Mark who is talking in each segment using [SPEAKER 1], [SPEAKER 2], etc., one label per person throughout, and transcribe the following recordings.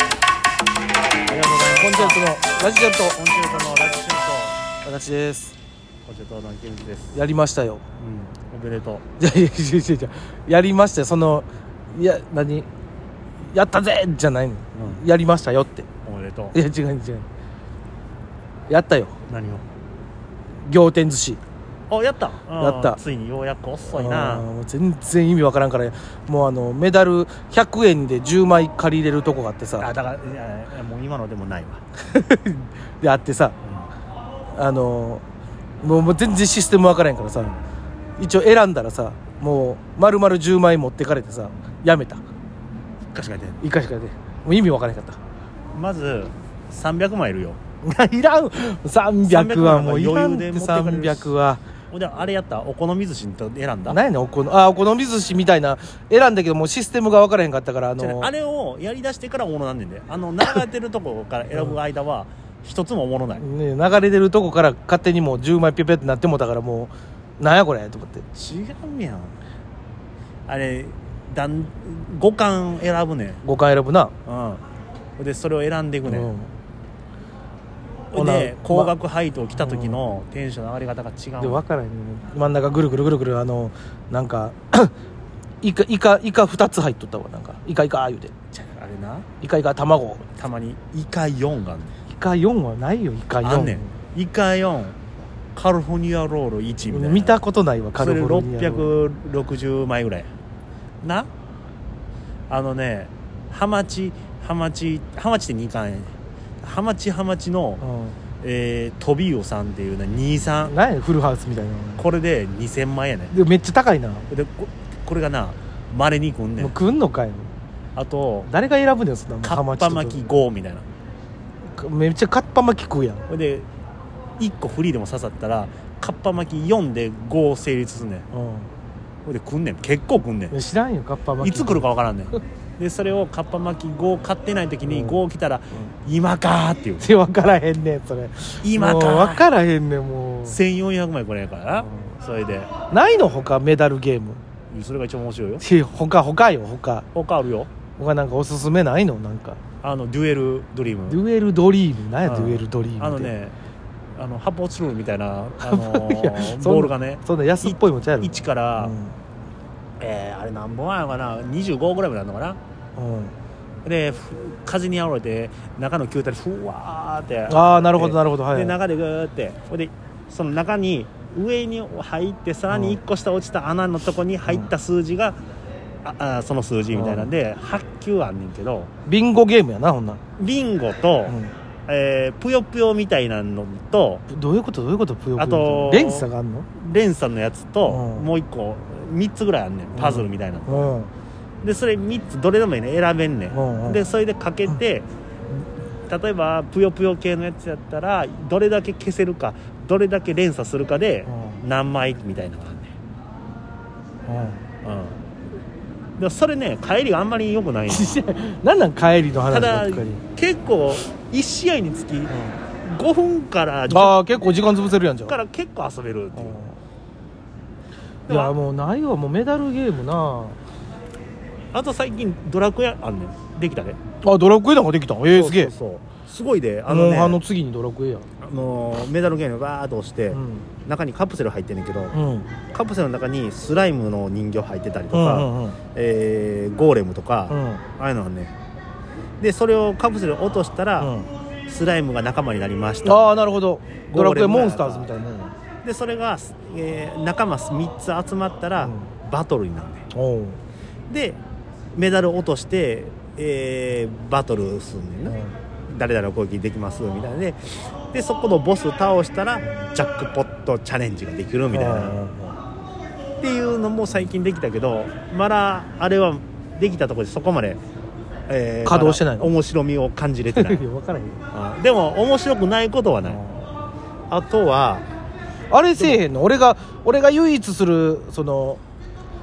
[SPEAKER 1] ありがとうございます
[SPEAKER 2] コンチェルトのラジチェルト
[SPEAKER 1] コンチェルトのラジシュー
[SPEAKER 2] 私です
[SPEAKER 1] トコンチェルトの池内です
[SPEAKER 2] やりましたよ
[SPEAKER 1] うんおめでとう
[SPEAKER 2] いやいやいやいやいややりましたよそのいや何やったぜじゃないのやりましたよって
[SPEAKER 1] おめでとう
[SPEAKER 2] いや違う違うやったよ
[SPEAKER 1] 何
[SPEAKER 2] 仰天寿司
[SPEAKER 1] をあやったうん
[SPEAKER 2] やった
[SPEAKER 1] ついにようやく遅い
[SPEAKER 2] あー
[SPEAKER 1] な
[SPEAKER 2] もう全然意味わからんからもうあのメダル100円で10枚借りれるとこがあって
[SPEAKER 1] あ
[SPEAKER 2] さ
[SPEAKER 1] だからいやいやもう今のでもないわ
[SPEAKER 2] であってさあのもうもう全然システムわからへんからさ一応選んだらさもう丸々10枚持ってかれてさやめた
[SPEAKER 1] 確かにね
[SPEAKER 2] 一回しかやでもう意味わからへんかった
[SPEAKER 1] まず300枚いるよ
[SPEAKER 2] いらん300はもういらんって
[SPEAKER 1] 300は余裕で持ってかれるし
[SPEAKER 2] 300は
[SPEAKER 1] ほんであれやったお好み寿司に選んだ
[SPEAKER 2] 何やねんお好みあお好み寿司みたいな選んだけどもうシステムが分からへんかったからあ
[SPEAKER 1] じゃあね
[SPEAKER 2] の
[SPEAKER 1] あれをやりだしてからおもろなんねんであの流れてるとこから選ぶ間は一つもおもろない
[SPEAKER 2] ね、流れてるとこから勝手にもう10枚ピュピュってなってもうたからもうなんやこれと思って
[SPEAKER 1] 違うやんあれだん五感選ぶねん
[SPEAKER 2] 五感選ぶな、
[SPEAKER 1] うんでそれを選んでいくねん、
[SPEAKER 2] う
[SPEAKER 1] で
[SPEAKER 2] んほな
[SPEAKER 1] 高額配当来た時のテンションの上がり方が違う
[SPEAKER 2] うん
[SPEAKER 1] の
[SPEAKER 2] で分からへんね真ん中ぐるぐるぐるぐるあのなんか イカイカイカ2つ入っとったわなんかイカイカ言うて
[SPEAKER 1] じゃああれな
[SPEAKER 2] イカイカ卵
[SPEAKER 1] たまにイカ4があんね
[SPEAKER 2] イカ4はないよイカ
[SPEAKER 1] ん
[SPEAKER 2] 4
[SPEAKER 1] あんねんイカ4カルフォルニアロール1みたいな
[SPEAKER 2] 見たことないわカルフォルニア
[SPEAKER 1] それ660枚ぐらいなあのねハマチハマチハマチって2巻やねハマチハマチの、えートビウオさんっていうね
[SPEAKER 2] うん、
[SPEAKER 1] 23
[SPEAKER 2] なんやねんフルハウスみたいな
[SPEAKER 1] これで2000枚やね
[SPEAKER 2] でめっちゃ高いな、
[SPEAKER 1] でここれがなまれにくんね
[SPEAKER 2] もうん来んのかよ
[SPEAKER 1] あと
[SPEAKER 2] 誰が選ぶねんそんなもん
[SPEAKER 1] カッパ巻き5みたいな
[SPEAKER 2] ハマチとめっちゃカッパ巻き食うやん
[SPEAKER 1] ほんで1個フリーでも刺さったらカッパ巻き4で5成立すんねん
[SPEAKER 2] うん
[SPEAKER 1] ほんで来んねん結構来んねん
[SPEAKER 2] いや知らんよカッパ巻
[SPEAKER 1] い
[SPEAKER 2] き
[SPEAKER 1] つ来るかわからんねんでそれをかっぱ巻き5買ってない時に
[SPEAKER 2] うん
[SPEAKER 1] 5来たら「今か!」っていう
[SPEAKER 2] って分からへんねんそれ
[SPEAKER 1] 「今
[SPEAKER 2] もう
[SPEAKER 1] か!
[SPEAKER 2] 分」からへんねんもう
[SPEAKER 1] 1400枚これやからな
[SPEAKER 2] う
[SPEAKER 1] それで
[SPEAKER 2] ないのほかメダルゲーム
[SPEAKER 1] それが一番面白いよ
[SPEAKER 2] いやほかほかよほか
[SPEAKER 1] 他あるよ
[SPEAKER 2] ほかなんかおすすめないのなんか
[SPEAKER 1] あのデュエルドリー
[SPEAKER 2] デ
[SPEAKER 1] ム
[SPEAKER 2] ュエルドリームなんや
[SPEAKER 1] うん
[SPEAKER 2] デュエルドリームって
[SPEAKER 1] あのねあの発泡スチロールみたいなあの
[SPEAKER 2] いやそんな
[SPEAKER 1] ボールがね
[SPEAKER 2] そんな安っぽいもんちゃうやろ
[SPEAKER 1] 1から、
[SPEAKER 2] う
[SPEAKER 1] えーあれ何本あるのかな25ぐらいまであるのかなん
[SPEAKER 2] うん
[SPEAKER 1] でふ風にあおれて中の球体でふわーって
[SPEAKER 2] ああなるほどなるほどはい
[SPEAKER 1] で中でグーってほいでその中に上に入ってさらに1個下落ちた穴のとこに入った数字が、ああその数字みたいなんで、8球あんねんけど
[SPEAKER 2] ビンゴゲームやなほんなら
[SPEAKER 1] ビンゴと、えーぷよぷよみたいなのと
[SPEAKER 2] うんどういうことどういうことぷよぷよ
[SPEAKER 1] あと
[SPEAKER 2] 連鎖があんの
[SPEAKER 1] レンさんのやつと、
[SPEAKER 2] うん
[SPEAKER 1] もう1個3つぐらいあんねんパズルみたいな、
[SPEAKER 2] うん
[SPEAKER 1] でそれ3つどれでもいいね選べんねん、
[SPEAKER 2] うんうん
[SPEAKER 1] でそれでかけて、例えばぷよぷよ系のやつやったらどれだけ消せるかどれだけ連鎖するかで
[SPEAKER 2] う
[SPEAKER 1] 何枚みたいなのがあんねん
[SPEAKER 2] うん
[SPEAKER 1] うんでもそれね帰りがあんまり良くない
[SPEAKER 2] なんなん帰りの
[SPEAKER 1] た
[SPEAKER 2] 話ば
[SPEAKER 1] だ
[SPEAKER 2] っかり
[SPEAKER 1] 結構1試合につき5分から10分
[SPEAKER 2] ああ結構時間潰せるやんじゃん
[SPEAKER 1] から結構遊べるっていう
[SPEAKER 2] いやもうないわもうメダルゲームな
[SPEAKER 1] あと最近ドラクエあんねんできたね
[SPEAKER 2] あドラクエなんかできたええ
[SPEAKER 1] そう
[SPEAKER 2] すげえ
[SPEAKER 1] そうそうすごいであ
[SPEAKER 2] あの,、
[SPEAKER 1] のね
[SPEAKER 2] あの次にドラクエや
[SPEAKER 1] あのメダルゲームバーっと押して、
[SPEAKER 2] うん
[SPEAKER 1] 中にカプセル入ってんねんけど、
[SPEAKER 2] うん
[SPEAKER 1] カプセルの中にスライムの人形入ってたりと
[SPEAKER 2] うんう
[SPEAKER 1] か、
[SPEAKER 2] んうん
[SPEAKER 1] えーゴーレムとか、
[SPEAKER 2] うん
[SPEAKER 1] ああいうのがねでそれをカプセル落としたら、
[SPEAKER 2] うん
[SPEAKER 1] スライムが仲間になりました
[SPEAKER 2] ああなるほどドラクエモンスターズみたいな
[SPEAKER 1] でそれが、えー仲間3つ集まったら、
[SPEAKER 2] うん
[SPEAKER 1] バトルになるね
[SPEAKER 2] おう、
[SPEAKER 1] んでメダル落として、えーバトルすんねんな、誰々の攻撃できますみたいなででそこのボス倒したらジャックポットチャレンジができるみたいな、
[SPEAKER 2] な
[SPEAKER 1] っていうのも最近できたけどまだあれはできたところでそこまで、え
[SPEAKER 2] 稼働してないの
[SPEAKER 1] まだ面白みを感じれて ない
[SPEAKER 2] 分からへんよ
[SPEAKER 1] うんでも面白くないことはないあとは
[SPEAKER 2] あれせえへんの俺が俺が唯一するその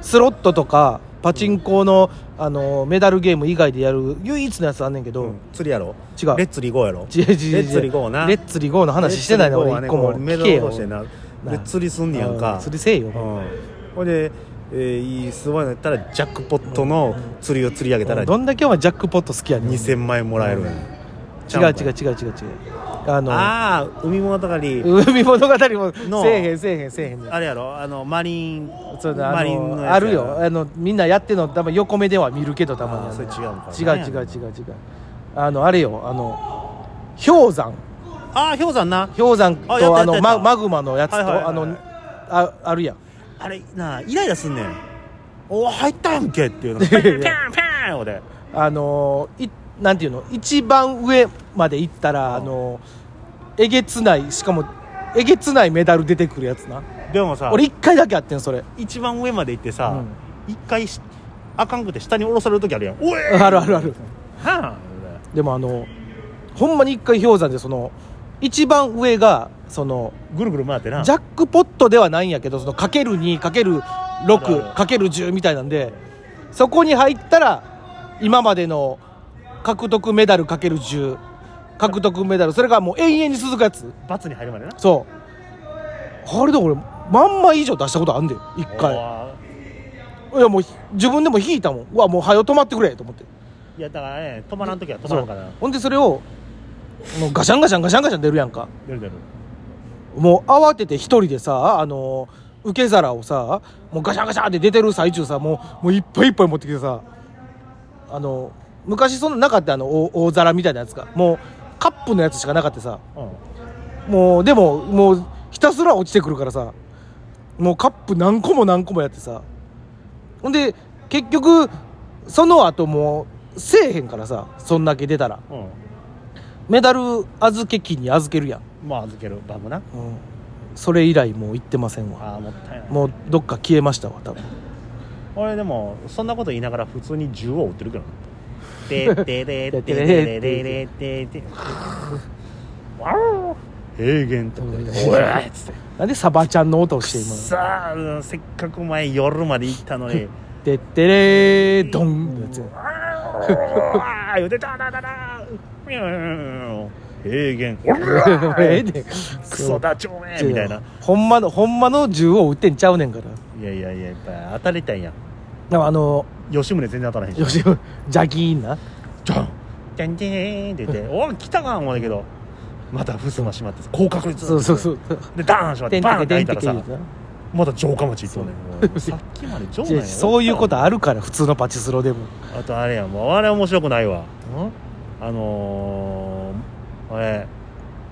[SPEAKER 2] スロットとかパチンコの,、あのメダルゲーム以外でやる唯一のやつあんねんけど、
[SPEAKER 1] 釣りやろ
[SPEAKER 2] 違う
[SPEAKER 1] レッツリゴーやろ
[SPEAKER 2] 違う違う違う
[SPEAKER 1] レッツリゴーな
[SPEAKER 2] レッツリゴーの話してないの
[SPEAKER 1] レッツリ
[SPEAKER 2] 俺
[SPEAKER 1] ゴーはねこ
[SPEAKER 2] 一個も
[SPEAKER 1] うメ
[SPEAKER 2] 聞
[SPEAKER 1] ダ
[SPEAKER 2] け
[SPEAKER 1] ル
[SPEAKER 2] よ
[SPEAKER 1] 落としてな
[SPEAKER 2] な
[SPEAKER 1] で釣りすんねやんか
[SPEAKER 2] う釣りせえよ、
[SPEAKER 1] うんほいでえーいいすごいのやったらジャックポットの釣りを釣り上げたら
[SPEAKER 2] どんだけお前ジャックポット好きやねん
[SPEAKER 1] 2000万円もらえるん
[SPEAKER 2] うん
[SPEAKER 1] や
[SPEAKER 2] 違う違う違う違う違うあの
[SPEAKER 1] ああ海物語
[SPEAKER 2] 海物語も
[SPEAKER 1] の
[SPEAKER 2] せえへんせえへんせえへん
[SPEAKER 1] あれやろあのマリン
[SPEAKER 2] そうだ
[SPEAKER 1] マ
[SPEAKER 2] あ
[SPEAKER 1] リンの
[SPEAKER 2] の
[SPEAKER 1] やつや
[SPEAKER 2] あるよあのみんなやってんの多分横目では見るけどたま
[SPEAKER 1] あー
[SPEAKER 2] に
[SPEAKER 1] それ違うんか
[SPEAKER 2] 違う違う違う違うあのあれよあの氷山
[SPEAKER 1] ああ氷山な
[SPEAKER 2] 氷山
[SPEAKER 1] あやっ
[SPEAKER 2] と
[SPEAKER 1] た
[SPEAKER 2] あ
[SPEAKER 1] や
[SPEAKER 2] の
[SPEAKER 1] ったやった
[SPEAKER 2] ママグマのやつと
[SPEAKER 1] はいはいはい
[SPEAKER 2] あのああるやん
[SPEAKER 1] あれなあイライラすんねんおー入ったやんけって いうのパンパンパン俺
[SPEAKER 2] あのいなんていうの一番上まで行ったらあのえげつないしかもえげつないメダル出てくるやつな
[SPEAKER 1] でもさ
[SPEAKER 2] 俺一回だけやってんそれ
[SPEAKER 1] 一番上まで行って
[SPEAKER 2] う
[SPEAKER 1] さ
[SPEAKER 2] ん
[SPEAKER 1] 一回しあかんくて下に下ろされる時あるやんおえは
[SPEAKER 2] あるあるある
[SPEAKER 1] あ
[SPEAKER 2] でもあのほんまに一回氷山でその一番上がその
[SPEAKER 1] ぐるぐる回ってな
[SPEAKER 2] ジャックポットではないんやけどそのかける2かける6かける10みたいなんでそこに入ったら今までの獲得メダルかける10獲得メダルそれがもう永遠に続くやつ
[SPEAKER 1] 罰に入るまでな
[SPEAKER 2] そうあれだ俺まんま以上出したことあんで一回
[SPEAKER 1] お
[SPEAKER 2] いやもう自分でも引いたもんうわもう早よ止まってくれと思って
[SPEAKER 1] ーいやだからね止まらん時は止まらんから
[SPEAKER 2] そうほんでそれをもうガシャンガシャンガシャンガシャン出るやんか
[SPEAKER 1] 出る出る
[SPEAKER 2] もう慌てて一人でさあの受け皿をさもうガシャンガシャンって出てる最中さもうもういっぱいいっぱい持ってきてさあの昔そんななかったあの大大皿みたいなやつかもうカップのやつしかなかったさ
[SPEAKER 1] うん
[SPEAKER 2] もうでももうひたすら落ちてくるからさもうカップ何個も何個もやってさほんで結局その後もうせえへんからさそんだけ出たら
[SPEAKER 1] うん
[SPEAKER 2] メダル預け金に預けるやん、
[SPEAKER 1] まあ預けるバムな
[SPEAKER 2] うん、それ以来もう行ってませんわ
[SPEAKER 1] ああもったいない
[SPEAKER 2] もうどっか消えましたわ多分
[SPEAKER 1] 俺でもそんなこと言いながら普通に銃を撃ってるけどなでででででででででわお平原とか言っておいっつって
[SPEAKER 2] なんでサバちゃんの音をして今
[SPEAKER 1] さあせっかくお前夜まで行ったのに
[SPEAKER 2] 「てってれーどん」ってやつ
[SPEAKER 1] ああ言うてただだだ平原
[SPEAKER 2] ええねん
[SPEAKER 1] クソダチョウめみたいな
[SPEAKER 2] ほんまのほんまの銃を撃ってんちゃうねんからだか
[SPEAKER 1] いやいやいややっぱ当たりたいやん
[SPEAKER 2] らあの
[SPEAKER 1] 吉宗全然当たらへんし
[SPEAKER 2] 吉野邪気な
[SPEAKER 1] じゃんじゃんじーんって言って「おお来たか!」思うんだけどまたふすま閉まって高確率
[SPEAKER 2] そうそうそう
[SPEAKER 1] でダーン閉まって
[SPEAKER 2] てんて
[SPEAKER 1] バーン
[SPEAKER 2] け
[SPEAKER 1] って開い
[SPEAKER 2] てん
[SPEAKER 1] た
[SPEAKER 2] て
[SPEAKER 1] ら
[SPEAKER 2] け言
[SPEAKER 1] さ
[SPEAKER 2] うてな
[SPEAKER 1] まだ城下町行っとんねんもうもうさっきまで城内
[SPEAKER 2] い
[SPEAKER 1] や
[SPEAKER 2] やそういうことあるから普通のパチスロでも
[SPEAKER 1] あとあれやもうあれ面白くないわあのー、あれ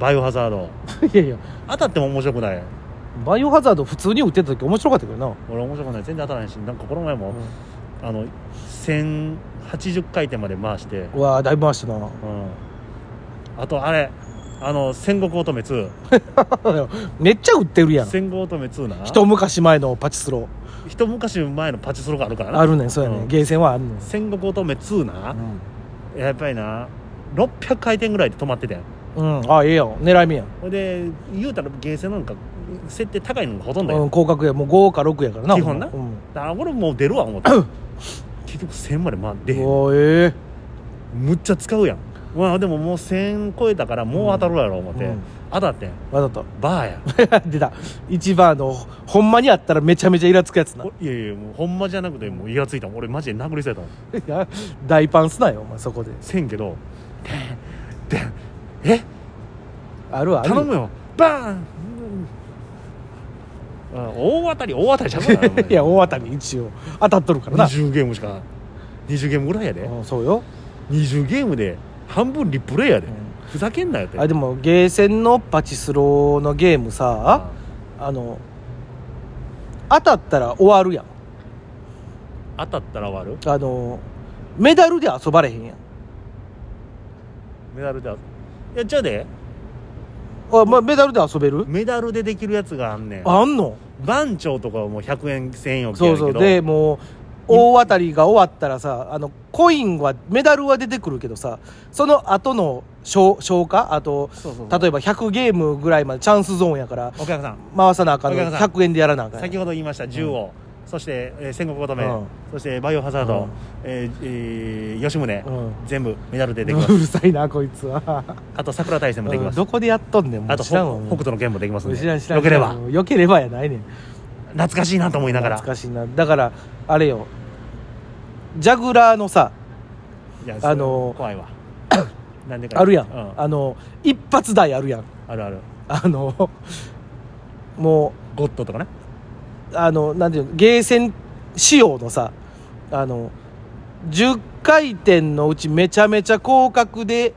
[SPEAKER 1] バイオハザード
[SPEAKER 2] いやいや
[SPEAKER 1] 当たっても面白くない
[SPEAKER 2] バイオハザード普通に撃ってた時面白かったけどな
[SPEAKER 1] 俺面白くない全然当たらへんしなんかこの前も、あの1080回転まで回して
[SPEAKER 2] うわーだいぶ回したな
[SPEAKER 1] うんあとあれあの戦国乙女2
[SPEAKER 2] めっちゃ撃ってるやん
[SPEAKER 1] 戦国乙女2な
[SPEAKER 2] 一昔前のパチスロ
[SPEAKER 1] 一昔前のパチスロがあるからな
[SPEAKER 2] あるねんそうやね
[SPEAKER 1] うん
[SPEAKER 2] んゲーセンはあるねん
[SPEAKER 1] 戦国乙女2な、やっぱりな600回転ぐらいで止まってたやん
[SPEAKER 2] うんあええやん狙い目やん
[SPEAKER 1] ほいで言うたらゲーセンなんか設定高いのがほとんどやん、
[SPEAKER 2] うん広角やもう5か6やからな
[SPEAKER 1] 基本な
[SPEAKER 2] ほんま
[SPEAKER 1] だから俺もう出るわ 思って結局1000まで回って
[SPEAKER 2] うんおーえ
[SPEAKER 1] むっちゃ使うやんまあでももう1000超えたからもう当たるやろ思って、
[SPEAKER 2] うん
[SPEAKER 1] 当たってん
[SPEAKER 2] えわざと
[SPEAKER 1] バーや
[SPEAKER 2] 出た一番あのほんまにあったらめちゃめちゃイラつくやつない
[SPEAKER 1] こいやいやもうほんまじゃなくてもうイラついたもん俺マジで殴りそうやったもん
[SPEAKER 2] や大パンすなよお前そこで
[SPEAKER 1] せんけどででえ
[SPEAKER 2] あるわある
[SPEAKER 1] 頼むよバーンあ大当たり大当たりじゃん
[SPEAKER 2] いや大当たり一応当たっとるからな
[SPEAKER 1] 20ゲームしか20ゲームぐらいやで
[SPEAKER 2] うんそうよ
[SPEAKER 1] 20ゲームで半分リプレイやで、
[SPEAKER 2] うん
[SPEAKER 1] ふざけんなよって
[SPEAKER 2] あでもゲーセンのパチスロのゲームさあの当たったら終わるやん
[SPEAKER 1] 当たったら終わる
[SPEAKER 2] あのメダルで遊ばれへんやん
[SPEAKER 1] メダルで遊いやじゃあで
[SPEAKER 2] あ、まメダルで遊べる
[SPEAKER 1] メダルでできるやつがあんねん
[SPEAKER 2] あんの
[SPEAKER 1] 番長とかはもう100円1000円を切
[SPEAKER 2] そ
[SPEAKER 1] る
[SPEAKER 2] う
[SPEAKER 1] けど
[SPEAKER 2] そうでもう大当たりが終わったらさあのコインはメダルは出てくるけどさその後の消消化あと
[SPEAKER 1] そうそうそう
[SPEAKER 2] 例えば100ゲームぐらいまでチャンスゾーンやから
[SPEAKER 1] お客さん
[SPEAKER 2] 回さなあかんの
[SPEAKER 1] お客さん
[SPEAKER 2] 100円でやらなあかんやん
[SPEAKER 1] 先ほど言いました銃を、そして、えー戦国乙女、
[SPEAKER 2] うん
[SPEAKER 1] そしてバイオハザード、
[SPEAKER 2] うん
[SPEAKER 1] えーえー吉宗、
[SPEAKER 2] うん
[SPEAKER 1] 全部メダルでできます
[SPEAKER 2] うるさいなこいつは
[SPEAKER 1] あと桜大戦もできます、
[SPEAKER 2] どこでやっとんねんも
[SPEAKER 1] あ
[SPEAKER 2] う
[SPEAKER 1] と
[SPEAKER 2] 知らん
[SPEAKER 1] 北
[SPEAKER 2] わ
[SPEAKER 1] 北斗の拳もできますん
[SPEAKER 2] 知らん
[SPEAKER 1] で
[SPEAKER 2] 知らん
[SPEAKER 1] よければ
[SPEAKER 2] よければやないねん
[SPEAKER 1] 懐かしいなと思いながら
[SPEAKER 2] 懐かしいなだからあれよジャグラーのさ
[SPEAKER 1] いやそれ
[SPEAKER 2] あの
[SPEAKER 1] 怖 いわなんでか
[SPEAKER 2] あるやん、
[SPEAKER 1] う
[SPEAKER 2] あの一発台あるやん
[SPEAKER 1] あるある
[SPEAKER 2] あのも
[SPEAKER 1] ゴッドとかね
[SPEAKER 2] うあのなんていうのゲーセン仕様のさあの10回転のうちめちゃめちゃ広角で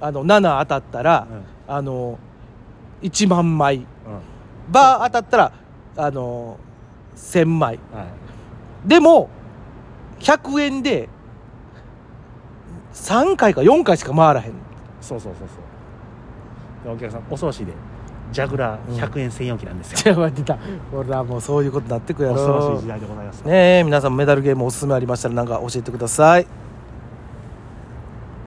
[SPEAKER 2] あの7当たったら、あの1万枚
[SPEAKER 1] うん、
[SPEAKER 2] バー当たったらあの1000枚
[SPEAKER 1] うん、はい
[SPEAKER 2] でも100円で3回か4回しか回ら へん
[SPEAKER 1] そうそうそうそうでお客さんお葬式でジャグラー100円専用機なんですよ、
[SPEAKER 2] じゃあ待ってた俺らもうそういうことになってくや
[SPEAKER 1] 恐ろしい
[SPEAKER 2] ろ
[SPEAKER 1] 時代でございます
[SPEAKER 2] ねえ皆さんもメダルゲームおすすめありましたらなんか教えてください